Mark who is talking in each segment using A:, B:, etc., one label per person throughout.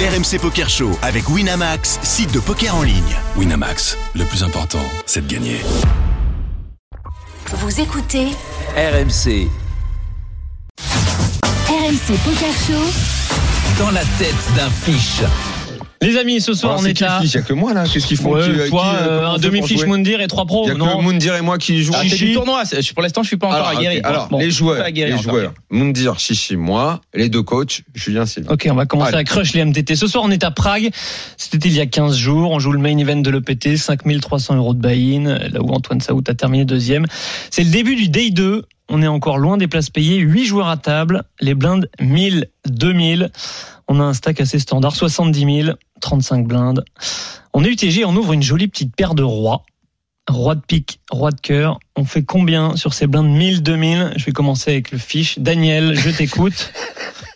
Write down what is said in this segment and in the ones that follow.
A: RMC Poker Show avec Winamax, site de poker en ligne.
B: Winamax, le plus important, c'est de gagner.
C: Vous écoutez
D: RMC,
C: RMC Poker Show.
D: dans la tête d'un fiche.
E: Les amis, ce soir
F: Alors,
E: on
F: c'est
E: est,
F: qui
E: à.
F: le fiche Il n'y a que moi là, qu'est-ce qu'ils font
E: Ouais,
F: Qui- qui-
E: toi,
F: euh,
E: euh,
F: comment on
E: un
F: fait pour
E: demi-fiche
F: jouer
E: Mundir et trois pros.
F: Il n'y a que Moundir et moi qui jouons.
E: Ah,
F: Chichi.
E: c'est du tournoi, c'est- je- pour l'instant je suis pas encore
F: alors,
E: aguerri.
F: ok, alors,
E: Bon,
F: les
E: je suis
F: joueurs,
E: pas aguerri
F: les
E: encore.
F: joueurs. Moundir, Chichi, moi, les deux coachs, Julien Sylvain.
E: Ok, on va commencer
F: Allez.
E: à crush les MTT. Ce soir, on est à Prague. C'était il y a 15 jours. On joue le main event de l'EPT, 5300 euros de buy-in, là où Antoine Saout a terminé deuxième. C'est le début du day 2. On est encore loin des places payées. 8 joueurs à table. Les blindes, 1000, 2000. On a un stack assez standard, 70 000, 35 blindes. On est UTG, on ouvre une jolie petite paire de rois. Roi de pique, roi de cœur. On fait combien sur ces blindes 1000, 2000 Je vais commencer avec le fiche. Daniel, je t'écoute.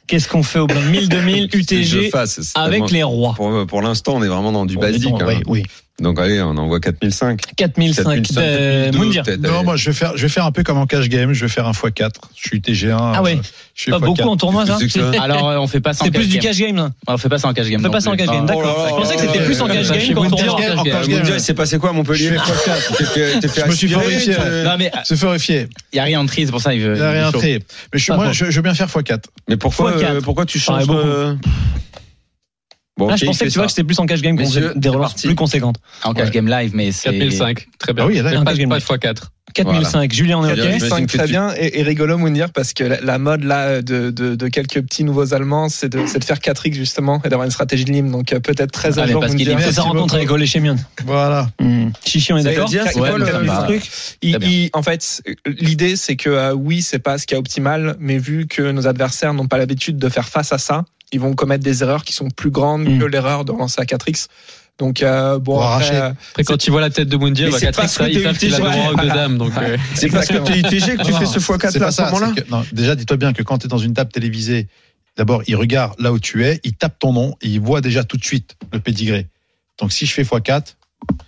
E: Qu'est-ce qu'on fait aux blindes 1000, 2000 UTG avec les rois
F: Pour, pour l'instant, on est vraiment dans du basique.
E: Oui,
F: hein.
E: oui.
F: Donc allez, on envoie 4005.
E: 4005
F: 4005,
E: de
F: 4002,
E: Mundir.
F: peut-être,
G: Non,
F: allez.
G: moi je vais faire, je vais faire un peu comme en cash game. Je vais faire un x4. Je suis TG1.
E: Ah ouais.
G: euh, Je suis
E: Pas beaucoup en tournoi, ça
F: Qu'est-ce que c'est que ça
H: Alors euh, on fait pas ça en
E: C'est
H: cash
E: plus du
H: game.
E: cash game, là.
H: On fait pas ça en cash game.
E: On fait
H: non
E: pas ça en
H: plus.
E: cash game,
F: Ah, oh
E: d'accord.
F: là là
E: Je pensais que c'était
F: là
E: plus
F: là
E: en
F: là
E: cash
F: là
E: game
F: là
E: qu'en
F: là
E: tournoi.
H: là là.
G: En cash
F: Euh, Moundir,
G: game.
F: il s'est passé quoi à
G: Je
F: Montpellier
G: fais x4.
F: T'es fait- t'es fait
G: Je me suis
F: aspirer,
G: fait
F: t'es-
H: Non mais
G: C'est horrifié.
H: il y a rien de triste, c'est pour ça il veut.
G: Il a
H: il est
G: rien
H: chaud.
G: fait. Mais je, suis-
E: Pas
G: moi,
E: fort.
G: je, je veux bien faire x4.
F: Mais pourquoi,
E: Fois quatre.
F: euh, pourquoi tu
E: Pareil,
F: changes
E: beaucoup.
F: euh, Bon,
E: Là,
F: ok,
E: je
F: il
E: pensais
F: fait
E: que tu vois
F: ça.
E: que c'était plus en cash game qu'on
F: Messieurs,
E: faisait des
F: c'est
E: relances
F: parti.
E: plus conséquentes.
H: En cash game live mais c'est.
I: 4005, très
F: ben,
G: Ah oui, là,
I: bien. Pas,
E: un
I: de-
E: cash game.
I: pas de x4.
E: 4005. Julien, on est
F: Bien,
E: OK
F: j'imagine que
J: très
F: tu-
J: bien et, et rigolo Mounir parce que la, la mode là de, de- de quelques petits nouveaux Allemands c'est de, c'est de faire 4x justement et d'avoir une stratégie de lim donc euh, peut-être très à
H: Ah, mais
J: jour
H: parce qu'il
J: Mounir.
H: est-
E: C'est sa
G: Merci
E: rencontre
G: beaucoup.
E: avec Olé Chemion.
G: Voilà.
E: Chichi, on Hmm. est d'accord
F: C'est-à-dire, c'est
H: Ouais,
F: quoi
H: mais ça me va.
F: le truc
J: Il-
H: Très bien.
J: il- en fait l'idée c'est que euh, oui c'est pas ce qui est optimal mais vu que nos adversaires n'ont pas l'habitude de faire face à ça ils vont commettre des erreurs qui sont plus grandes
E: Mm.
H: Hmm.
J: que l'erreur de relancer à 4x donc euh, bon
G: Pour
J: après,
G: arracher.
J: euh,
I: Après, quand tu vois la tête de Mundir,
J: Mais
I: bah,
J: c'est pas
I: 4
J: ce que
I: ça,
J: t'es
I: il savent qu'il a le
J: utilisé.
I: droit aux deux dames. Donc, euh,
F: C'est parce que t'es ITG que tu
G: Non,
F: fais ce x4 là
G: c'est pas
F: à ce
G: ça,
F: moment-là
G: c'est que- non, déjà, dis-toi bien que quand tu es dans une table télévisée, d'abord, il regarde là où tu es, il tape ton nom et il voit déjà tout de suite le pédigré. Donc si je fais x4,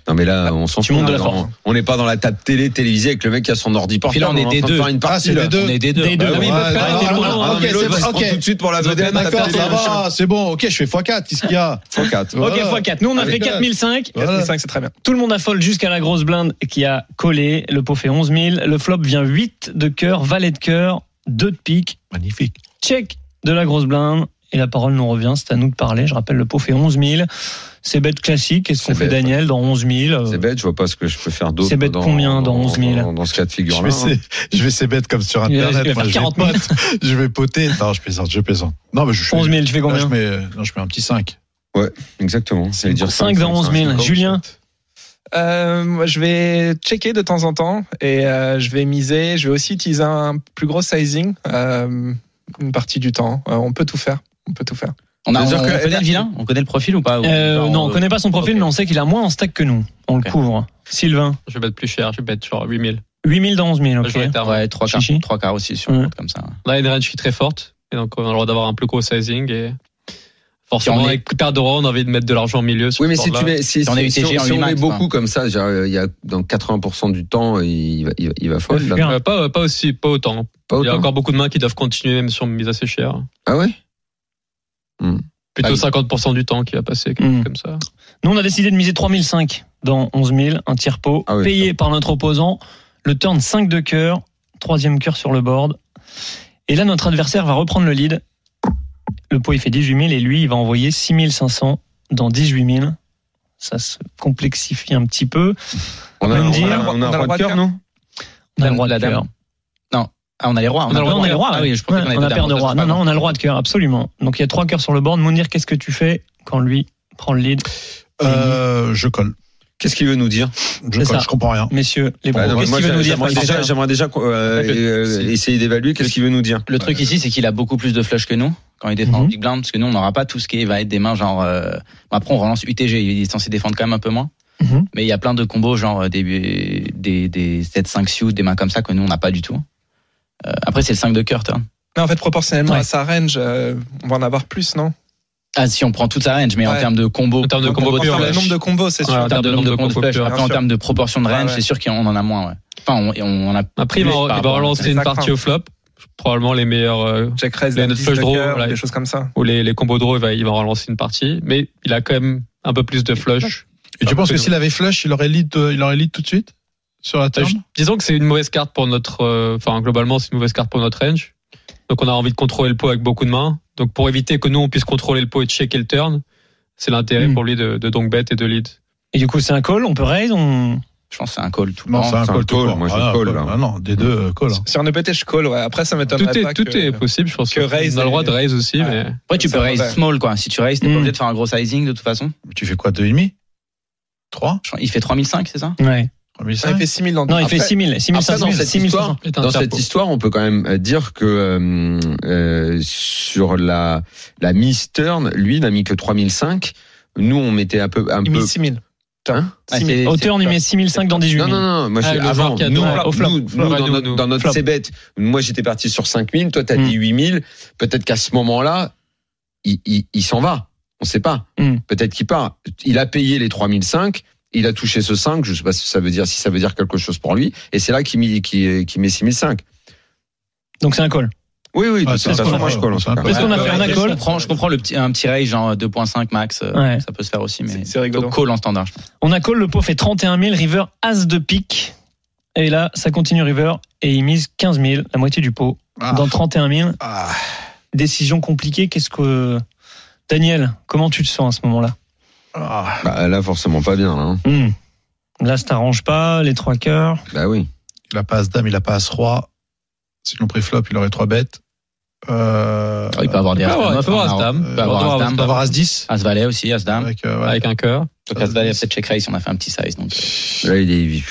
F: Non mais là, on s'en
E: Tu
F: fout,
E: montes de
F: là,
E: la
F: non. On n'est pas dans la table télé télévisée avec le mec qui a son ordi portable.
H: là, on est
F: en
H: des
F: train de
H: deux.
F: faire une
G: ah,
F: partie.
G: c'est
F: là.
G: les deux.
H: On est des deux.
E: Des deux.
F: Ah,
E: Ah,
F: oui,
E: ils
F: ils
E: peuvent faire
F: ah,
E: des
F: ah,
E: deux.
F: ah,
G: Ok,
F: mais l'autre,
G: c'est
F: il se
G: bon,
F: prend
G: ok.
F: tout de suite pour la vedette.
G: D'accord, ça va, c'est bon, ok, je fais x4, qu'est-ce qu'il y a
F: x4.
E: OK,
G: Voilà.
E: x4. Nous, on a
G: Avec
E: fait
G: le-
E: 4005.
G: Voilà.
J: 4x5 c'est très bien
E: Tout le monde affole jusqu'à la grosse blinde qui a collé. Le pot fait 11 000. Le flop vient 8 de cœur, valet de cœur, 2 de pique.
G: Magnifique.
E: Check de la grosse blinde. Et la parole nous revient. C'est à nous de parler. Je rappelle, le pot fait 11 000. C'est bête classique. Qu'est-ce qu'on
F: C'est
E: fait,
F: bête.
E: Daniel, dans euh, 11 000
F: C'est bête, je vois pas ce que je peux faire d'autre.
E: C'est bête
F: dans-
E: combien dans 11 000?
F: dans- Dans ce cas de
G: Je
F: figure là.
G: vais, c'est, je vais c'est bête comme sur
E: Il va- il va
G: internet.
E: faire
G: moi, je,
E: 40
G: vais pote, je vais poter. Non, je plaisante, je plaisante. Non, mais je suis.
E: 11 000, tu fais
G: Là, je
E: combien
G: mets, euh, non, je mets un petit 5.
F: Exactement. C'est dire
E: 5
F: cinq,
E: dans
F: cinq,
E: 11
F: cinq,
E: 000.
F: cinq.
E: Julien,
J: Euh, moi, je vais checker de temps en temps et euh, je vais miser. Je vais aussi utiliser un plus gros sizing euh, une partie du temps. Euh, on peut tout faire. On peut tout faire.
H: On, a, on,
F: C'est-à-dire
H: on
F: que-
H: connaît le vilain On connaît le profil ou pas Ou-
E: Euh,
H: Enfin,
E: non, on connaît pas son profil,
H: ok.
E: mais on sait qu'il a moins en stack que nous. On le
H: Ok.
E: couvre. Sylvain,
I: je vais mettre plus cher, je vais mettre genre 8000.
E: 8000 dans 11 000,
I: Je vais
E: ok.
I: mettre la-
H: Ouais, 3 euh, quarts.
E: Chichi.
H: 3 quarts aussi sur
E: Ouais.
H: le compte comme ça.
I: On a une range qui est très forte, et donc on a le droit d'avoir un plus gros sizing. Et
H: Et
I: forcément,
H: on est-
I: avec paire de rois, on a envie de mettre de l'argent au milieu. sur
F: Oui, mais
I: ce
F: si
I: board-là.
F: tu mets, si,
H: Si on
F: si-
H: est
F: si on-
H: UTG en
F: si on met
H: 8 max,
F: beaucoup comme ça, genre, euh, il y a dans 80% du temps, il va, il va, il va fold, là.
I: Euh, pas, euh, pas aussi, pas autant.
F: Pas
I: Il y a
F: autant.
I: encore beaucoup de mains qui doivent continuer, même si on mise assez cher.
F: Ah ouais?
I: Plutôt
F: Ah oui.
I: 50% du temps qui va passer, quelque
E: Hmm.
I: chose comme ça.
E: Nous, on a décidé de miser 3005 dans 11 000, un tiers pot,
F: Ah oui.
E: payé par notre opposant. Le turn 5 de cœur, troisième cœur sur le board. Et là, notre adversaire va reprendre le lead. Le pot, il fait 18 000 et lui, il va envoyer 6 500 dans 18 000. Ça se complexifie un petit peu.
F: On a,
E: Même
F: on
E: dire-
F: a- on a un roi de cœur, non?
E: On a le
H: Dame,
E: droit de
H: la dame.
E: cœur.
H: Ah, on a les rois.
E: On a le droit, on a le droit.
H: Ah
E: ouais.
H: oui, je pensais
E: Ouais,
H: qu'on avait
E: on a
H: deux
E: paire de
H: dames.
E: rois. Non, non, on a le droit de cœur, absolument. Donc il y a trois cœurs sur le board. Mounir, qu'est-ce que tu fais quand lui prend le lead
G: Euh, je colle.
F: Qu'est-ce qu'il veut nous dire?
G: Je
E: C'est
G: colle,
E: ça.
G: je comprends rien.
E: Messieurs, les
F: Bah,
E: bros,
F: non, mais
E: qu'est-ce
F: moi,
E: qu'il veut nous dire
F: j'aimerais
E: Patrick
F: déjà, j'aimerais déjà qu'on, euh,
I: En fait, le-
F: euh, essayer d'évaluer qu'est-ce qu'il veut nous dire.
I: Bah,
H: Le truc ici, c'est qu'il a beaucoup plus de flush que nous quand il défend en
E: Mhm.
H: big blind, parce que nous, on n'aura pas tout ce qui va être des mains genre. euh, bon, après, on relance UTG. Il est censé défendre quand même un peu moins.
E: Mhm.
H: Mais il y a plein de combos genre euh, des des, des 7-5 suits, des mains comme ça que nous on n'a pas du tout. Euh, après c'est le 5 de hein. cœur, tu vois.
J: Mais en fait, proportionnellement
E: Ouais.
J: à sa range, euh, on va en avoir plus, non
H: Ah si on prend toute sa range, mais en
J: Ouais.
H: termes de combos,
I: En termes de
J: Donc,
I: combo
J: on prend
I: pur,
J: le
I: ouais.
J: nombre de combos, c'est sûr.
I: Ouais.
H: en termes de nombre de combos de
I: combos
H: flush, après en
J: pure.
H: termes de proportion de range,
J: Ouais, ouais.
H: c'est sûr qu'on en a moins. Ouais. Enfin on, et on en a.
I: Après, il
H: plus
I: va,
H: par
I: il va
H: rapport à-
I: relancer une
J: Exactement.
I: partie au flop. probablement les meilleurs euh,
J: hein. Jack Rez,
I: Les
J: Landis,
I: flush
J: Tucker,
I: draw, voilà.
J: des choses comme ça.
I: ou les, les combos draw, il va, il va en relancer une partie. Mais il a quand même un peu plus de flush.
G: Et tu
I: Ah,
G: penses que
I: absolument.
G: s'il avait flush, il aurait lead, euh, il aurait lead tout de suite sur la table
I: Euh, Je- Disons que c'est une mauvaise carte pour notre, euh, enfin globalement c'est une mauvaise carte pour notre range. Donc on a envie de contrôler le pot avec beaucoup de mains. Donc pour éviter que nous on puisse contrôler le pot et checker le turn, c'est l'intérêt
J: Hmm.
E: Mm.
I: pour lui de, de donc bet et de lead.
E: Et du coup, c'est un call, on peut raise, on.
H: Je pense que c'est un call tout le
G: Non,
H: temps.
G: c'est un
F: c'est un
G: call. tout
F: call,
G: court.
F: moi, je
G: Ah,
F: call, là.
G: Ah non, des deux euh, call. hein.
J: Sur un EPT, je call, ouais. Après, ça m'étonnerait
I: Tout est,
J: pas
I: tout
J: que-
I: est possible, je pense.
J: que
I: Que
J: raise
I: on a le droit
J: et-
I: de raise aussi,
J: Ouais.
I: mais
H: Ouais, tu peux
J: Ça
H: raise
J: va.
H: small quoi. Si tu raise, t'es
E: Mm.
H: pas obligé de faire un gros sizing de toute façon.
G: Tu fais quoi, deux et demi Trois
H: Je crois- Il fait 3005, c'est ça
E: Ouais.
J: Ça, il
G: 3005
J: fait 6000 dans le
E: Non, il
J: Après,
E: fait 6000, 6500,
F: Ah, dans cette
E: 6500.
F: histoire, dans cette histoire, on peut quand même euh, dire que euh, euh, sur la la Miss Turn, lui n'a mis que 3005. Nous, on mettait un peu un
J: Il
F: peu.
J: met Ah, 6000.
F: Hein
H: Ouais,
J: 6000.
H: c'est-
E: Auteur, on y met 6500 dans 18
F: non,
E: 000.
F: non, non, moi,
I: Ah,
F: j'ai-
I: le
F: avant,
I: joueur qui a
F: nous,
I: deux,
F: nous,
I: au flop.
F: nous,
I: Flop,
F: dans
I: ouais, nous,
F: notre,
I: nous.
F: dans notre
E: Flop.
F: C-bet, moi, j'étais parti sur 5000, toi, t'as
E: Mm.
F: dit 8000. Peut-être qu'à ce moment-là, il, il, il s'en va. On sait pas.
E: Mm.
F: Peut-être qu'il part. Il a payé les 3005. Il a touché ce 5, je sais pas si ça veut dire, si ça veut dire quelque chose pour lui. Et c'est là qu'il met, qu'il qu'il met 6005.
E: Donc c'est un call.
F: Oui, oui, de
G: Ah,
F: toute
G: c'est un
F: façon,
G: call,
F: moi, je
G: ouais,
F: colle. en
G: c'est
F: tout
G: un
F: cas.
E: call. Qu'est-ce qu'on a fait, on a
H: je
E: call
H: comprends, je comprends le petit, un petit raise genre 2.5 max. euh,
E: Ouais.
H: Ça peut se faire aussi, mais
J: C'est- C'est rigolo.
H: donc call en standard. je pense.
E: On a call, le pot fait 31 000, river as de pique. Et là, ça continue river et il mise 15 000, la moitié du pot,
G: Ah.
E: dans 31 000.
G: Ah.
E: Décision compliquée, qu'est-ce que. Daniel, comment tu te sens à ce moment-là
G: Ah.
F: Bah, là, forcément pas bien, là. hein.
E: Hmm. Là, ça t'arrange pas, les trois cœurs.
F: Bah oui.
G: Il a pas As-Dame, il a pas As-Roi. Si l'on préflop, il aurait trois bêtes. Euh,
F: Ah,
H: il peut avoir des
I: il peut
H: As-9,
I: avoir- il peut avoir
H: un As-Dame,
I: As-Dame.
G: euh,
H: il peut avoir
G: il
H: As-Dame,
G: peut avoir As-10.
H: As-Valet aussi,
F: Hein
H: As-Dame.
G: Avec, euh, ouais.
I: avec un cœur.
H: Donc As-Valet, peut-être check raise, on a fait un petit size. Donc euh,
F: Là, il est,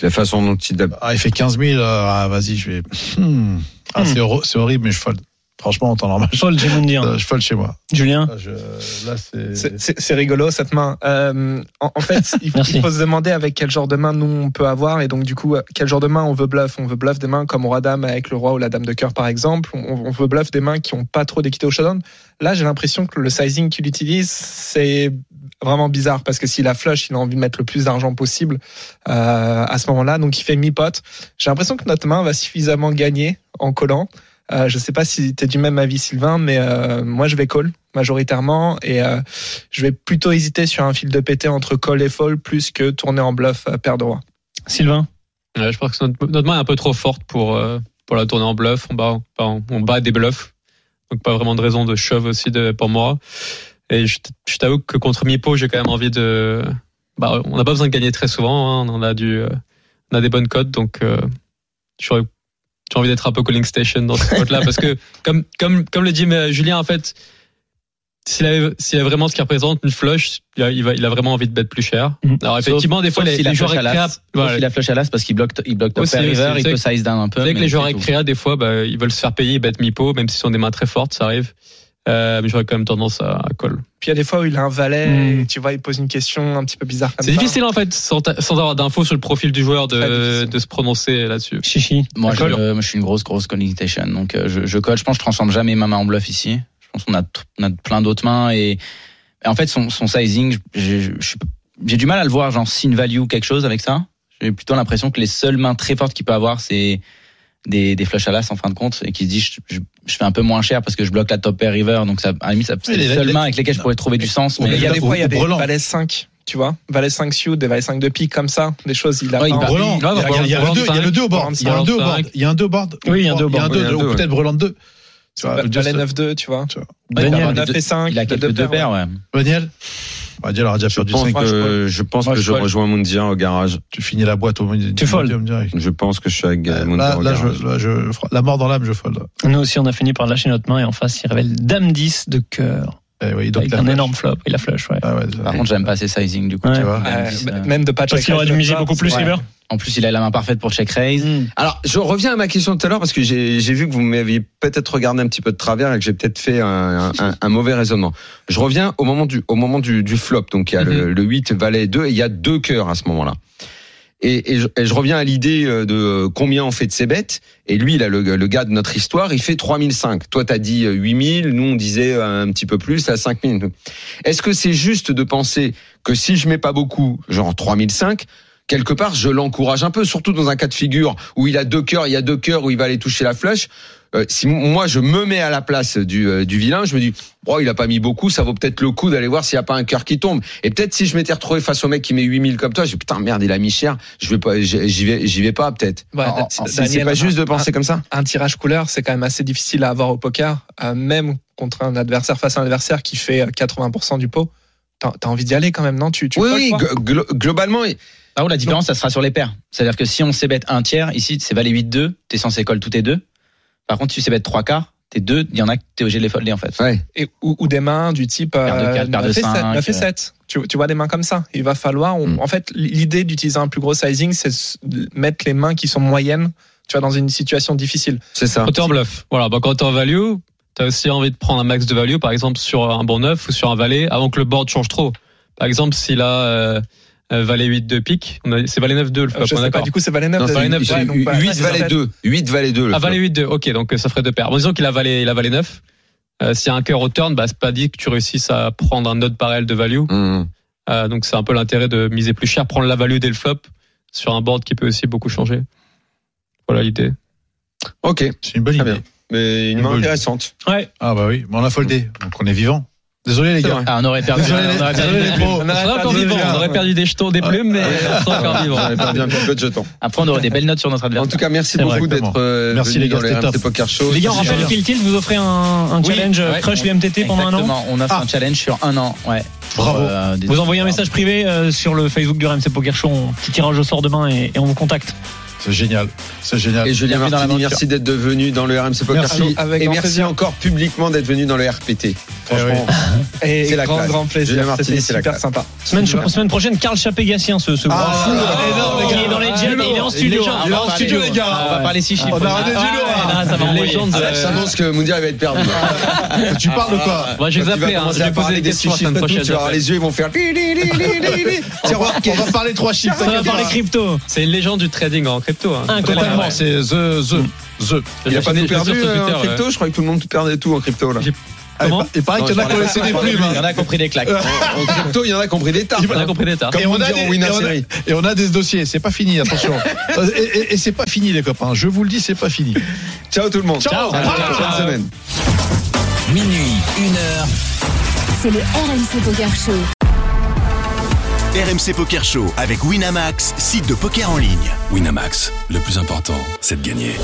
F: la façon dont il a
G: Ah, il fait 15 000. euh, ah, vas-y, je vais. Hmm. Ah,
E: Hmm.
G: c'est, hor- c'est horrible, mais je fold. Franchement, en temps normal, je,
E: Paul, j'ai mon dire.
G: je fold chez moi.
E: Julien,
G: Ah, je- là, c'est.
J: C'est- C'est c'est rigolo cette main. Euh, en, en fait, il,
E: Merci.
J: il faut se demander avec quel genre de main nous on peut avoir et donc du coup euh, quel genre de main on veut bluff. On veut bluff des mains comme roi dame avec le roi ou la dame de cœur par exemple. On, on veut bluff des mains qui ont pas trop d'équité au showdown. Là, j'ai l'impression que le sizing qu'il utilise c'est vraiment bizarre parce que s'il a flush, il a envie de mettre le plus d'argent possible euh, à ce moment-là. Donc il fait mi pot. J'ai l'impression que notre main va suffisamment gagner en collant. Euh, je sais pas si tu es du même avis Sylvain, mais euh, moi je vais call majoritairement et euh, je vais plutôt hésiter sur un fil de pété entre call et fold plus que tourner en bluff euh, à paire de rois.
E: Sylvain.
I: Ouais, je pense que notre, notre main est un peu trop forte pour, euh, pour la tourner en bluff. On bat, on, on bat des bluffs. Donc pas vraiment de raison de shove aussi de, pour moi. Et je, t- je t'avoue que contre Mipo, j'ai quand même envie de... Bah, on n'a pas besoin de gagner très souvent. hein. On, en a du, euh, on a des bonnes cotes. Donc euh, j'aurais- j'ai envie d'être un peu calling station dans ce cote là Parce que comme, comme, comme le dit euh, Julien, en fait, s'il avait, s'il a vraiment ce qu'il représente, une flush, il a, il va- il a vraiment envie de bet plus cher.
E: Mhm.
I: Alors effectivement, des fois,
H: Mm. sauf
I: les,
H: s'il a
I: les joueurs
H: flush à l'as.
I: écrapent, voilà,
H: il a flush à l'As parce qu'il bloque, il bloque top
I: Aussi,
H: pair
I: aussi,
H: river,
I: c'est
H: il
I: vrai
H: peut
I: que-
H: size down un peu.
I: C'est vrai que
H: mais
I: les
H: c'est
I: joueurs
H: tout.
I: récréa, des fois, bah, ils veulent se faire payer, ils battent mi-pot, même s'ils sont des mains très fortes, ça arrive. Euh, mais j'aurais quand même tendance à, à call.
J: Puis il y a des fois où il a un valet,
E: Mm.
J: et tu vois, il pose une question un petit peu bizarre. comme
I: C'est
J: ça.
I: difficile en fait, sans, ta- sans avoir d'infos sur le profil du joueur,
J: Très
I: de,
J: difficile.
I: de se prononcer là-dessus.
E: Chichi.
H: Moi,
E: Ça
H: je,
E: colle
H: euh, moi, je suis une grosse, grosse calling station. Donc, euh, je, je colle. Je pense que je transforme jamais ma main en bluff ici. Je pense qu'on a, tr- on a plein d'autres mains. Et, et en fait, son, son sizing, j'ai- je- je suis- j'ai du mal à le voir, genre sin value ou quelque chose avec ça. J'ai plutôt l'impression que les seules mains très fortes qu'il peut avoir, c'est des, des flush à l'as en fin de compte. Et qui se dit, je, je- je fais un peu moins cher parce que je bloque la top pair river. Donc, ça, à la limite, ça- c'est
G: Oui,
H: les
G: les-
H: seules
G: les-
H: mains avec lesquelles je pourrais trouver du sens.
G: Oui,
H: Mais
J: Il y a des
G: Au-
J: fois, il y a
G: au
J: des
G: brelan.
J: valets 5, tu vois, valet 5 suit, des valets 5 de pique comme ça, des choses. Il a
H: Ouais, il
J: pas
H: part.
J: envie.
G: Brelan,
I: il va
G: Ah, il y a-
I: avoir
G: il y a le
I: Brelan
G: deux, il y a le
I: cinq,
G: deux au board. Il y a un
I: Brelan
G: deux au
I: cinq.
G: board. Il y a un deux au board.
E: Oui, il y a un deux au board.
G: Il y a
F: Oui,
G: un deux,
F: il y a un
G: ou
F: deux,
G: peut-être Brelan 2. Tu vois,
J: Va-
G: juste-
J: Valet 9-2, tu vois.
H: il peut avoir
E: Daniel.
H: des
J: 9 et 5,
H: il a quelques deux paires, ouais.
G: euh, Daniel On va dire, il aura déjà
F: Je
G: perdu
F: pense
G: 5.
F: que je, pense
H: Moi,
F: que
H: je
F: je
H: fold.
F: rejoins Mundia au garage.
G: euh, Tu finis la boîte au milieu
E: Tu folles.
G: direct.
F: Je pense que je suis avec euh, Mundia
G: Là,
F: au
G: là, je,
F: garage.
G: là, je- la mort dans l'âme, je fold.
E: Nous aussi, on a fini par lâcher notre main et en face, il révèle Dame 10 de cœur.
G: Eh oui, donc
E: Avec
G: la
E: un
G: flush.
E: énorme flop et la flush, ouais.
G: Ah ouais, ça-
H: Par contre, j'aime pas ses sizing, du coup.
E: Ouais. Bah,
H: tu vois.
G: Ouais,
H: Même si ça-
J: Même de pas
E: Parce qu'il aurait dû miser beaucoup plus,
J: Ouais.
E: River.
H: En plus, il a la main parfaite pour check raise.
E: Mm.
F: Alors, je reviens à ma question de tout à l'heure parce que j'ai j'ai vu que vous m'aviez peut-être regardé un petit peu de travers et que j'ai peut-être fait un, un- un mauvais raisonnement. Je reviens au moment du, au moment du, du flop. Donc, il y a le, le 8, valet 2 et il y a deux cœurs à ce moment-là. Et, et je, et je reviens à l'idée euh, de combien on fait de ces bêtes. Et lui, là, le, le gars de notre histoire, il fait 3005. Toi, t'as dit euh, 8000. Nous, on disait euh, un petit peu plus, à 5000. Donc, Est-ce que c'est juste de penser que si je mets pas beaucoup, genre 3005, quelque part, je l'encourage un peu, surtout dans un cas de figure où il a deux cœurs, il y a deux cœurs où il va aller toucher la flèche. euh, si moi je me mets à la place du, euh, du vilain, je me dis, oh, il a pas mis beaucoup, ça vaut peut-être le coup d'aller voir s'il n'y a pas un cœur qui tombe. Et peut-être si je m'étais retrouvé face au mec qui met 8000 comme toi, j'ai putain merde, il a mis cher, je vais pas, j'y vais, j'y vais pas peut-être.
J: Ouais,
F: En- en-
J: c'est-
F: c'est c'est
J: Daniel, ah,
F: pas juste de
J: un-
F: penser comme ça.
J: un tirage couleur, c'est quand même assez difficile à avoir au poker, euh, même contre un adversaire face à un adversaire qui fait euh, 80% du pot. T'as t'as envie d'y aller quand même, non tu, tu
F: Oui,
J: peux,
F: oui,
J: toi
F: glo- glo- globalement,
H: Ah oui, la différence, ça sera sur les paires. C'est-à-dire que si on s'ébête un tiers, ici, c'est valet 8-2, t'es censé call tous tes deux. Par contre, si tu s'ébête trois quarts, tes deux, il y en a que t'es obligé de les folder, en fait.
F: ouais.
J: Et- ou, ou des mains du type euh,
H: Paire de quatre, paire de
J: 9 et 7.
H: cinq, euh.
J: 7. Tu, tu vois des mains comme ça. Il va falloir. on-
F: Mm.
J: En fait, l'idée d'utiliser un plus gros sizing, c'est s- de mettre les mains qui sont moyennes. Tu vois, dans une situation difficile.
F: c'est ça.
I: Quand t'es en bluff, voilà, bah quand t'es en value, t'as aussi envie de prendre un max de value, par exemple sur un bon neuf ou sur un valet, avant que le board change trop. Par exemple, s'il a euh, euh, valet 8 de pique, on a- c'est valet 9 2 le flop,
J: je
I: on est
J: sais pas,
I: d'accord.
J: du coup, c'est valet 9.
F: Non,
J: de-
F: c'est-
I: valet neuf,
J: ouais, donc, voilà,
F: 8
J: c'est
F: valets
J: ça.
F: 2. 8 valets 2.
I: Ah, valet 8 2, ok, donc euh, ça ferait deux paires. Bon, disons qu'il a valet, il a valet 9. Euh, s'il y a un cœur au turn, bah, c'est pas dit que tu réussisses à prendre un autre parallèle de value.
F: Mmh.
I: Euh, donc c'est un peu l'intérêt de miser plus cher, prendre la value dès le flop sur un board qui peut aussi beaucoup changer. Voilà l'idée.
F: Ok.
G: C'est une bonne
F: Très
G: idée.
F: bien. Mais une main
G: Bonne.
F: intéressante.
I: Ouais.
G: Ah bah oui, mais on a
F: Mm.
G: foldé, donc on est vivant. Désolé les
F: C'est
G: gars.
F: vrai.
H: Ah, on aurait perdu.
G: Désolé,
H: on aurait perdu
G: désolé,
H: des
G: les
H: plumes.
G: pros.
I: On
F: Ah,
I: aurait encore
G: perdu des
I: vivant,
G: gars.
I: on aurait perdu des jetons, des plumes, mais on
J: Ah,
I: sera encore vivant.
F: J'avais perdu un petit peu de jetons.
H: Après, on aurait des belles notes sur notre
F: En
H: adversaire.
F: tout cas, merci
G: C'est
F: beaucoup
G: vrai, exactement.
F: d'être euh,
G: Merci,
F: venu
G: les gars,
F: dans le
G: c'était
F: RMC
G: top.
F: Poker Show.
E: Les gars, on rappelle
G: bien.
E: Phil Tilt, vous offrez un, un
H: Oui,
E: challenge euh,
H: ouais,
E: Crush
H: on-
E: l'UMTT pendant un an. Ah.
H: Exactement, on offre un challenge sur un an. Ouais.
G: Bravo.
H: Euh, des-
E: Vous envoyez un message privé euh, sur le Facebook du RMC Poker Show, on- petit tirage au sort demain et, et on vous contacte.
G: C'est génial. C'est génial.
F: Et Julien
H: Bienvenue dans
F: Martini,
H: l'aventure.
F: merci d'être devenu dans le RMC Poker
G: Merci.
F: Show.
J: Avec
F: Et
J: grand
F: merci
J: plaisir.
F: encore publiquement d'être venu dans le RPT. Franchement,
J: Et
F: C'est la
J: grand,
F: classe.
J: grand
F: Julien
J: plaisir.
F: Martini,
J: C'était
F: c'est la
J: super
F: classe.
J: sympa.
E: Semaine, semaine prochaine, Karl Chapégassien, ce, ce grand fou, euh,
J: énorme,
E: qui
J: les
E: est dans les
J: gars.
E: jets,
J: Ah,
E: il est en
H: Il est
E: studio.
H: genre-
E: Ah,
H: on va
E: bah,
H: parler-
E: ouais.
H: On va parler six chiffres.
G: On a raté du
E: Ah,
G: lourd.
E: ouais,
G: hein.
E: là, ça va
I: Une
E: envoyer.
I: légende.
E: Ah,
I: euh,
F: j'annonce que Moundir il va être perdu.
G: Tu parles ou quoi
I: Bah, je
F: Quand tu
I: vais les
F: vas
I: appeler, hein,
F: commencer
I: je
F: à
I: vais poser
F: parler
I: des
F: des
I: questions la
F: chiffres, et
I: semaine
F: tout,
I: prochaine.
F: tu vas avoir les yeux, ils vont faire. li, li, li, li, li, li.
G: Tiens, on
F: Ah,
G: va- on va parler trois chiffres.
E: Ça va
G: t'inquiète
E: parler
G: pas.
E: crypto.
I: C'est une légende du trading
F: Ah,
I: en crypto. hein.
E: Incroyable.
G: Totalement, c'est The, The, The.
F: Il a pas
I: Je
F: tout
I: l'ai
F: perdu
I: sur
F: euh, en
I: Twitter,
F: crypto Je croyais que tout le monde perdait tout en crypto. là.
I: J'ai-
E: Comment
G: Ah, Il paraît qu'il y en a qui ont laissé des plumes.
H: Il y en a compris des claques.
F: En crypto, il y en a qui ont pris des tartes.
I: On a compris l'état.
F: Comme
G: Et on,
F: on
G: a
F: dit
G: des,
F: en Winner
G: et on a-
F: Series.
G: et on a des dossiers, c'est pas fini, attention. et et- et c'est pas fini, les copains, je vous le dis, c'est pas fini.
F: Ciao tout le monde.
G: Ciao.
F: Bonne
G: Ciao.
F: semaine.
D: Minuit, une heure.
C: C'est le RMC Poker Show.
A: RMC Poker Show avec Winamax, site de poker en ligne.
B: Winamax, le plus important, c'est de gagner.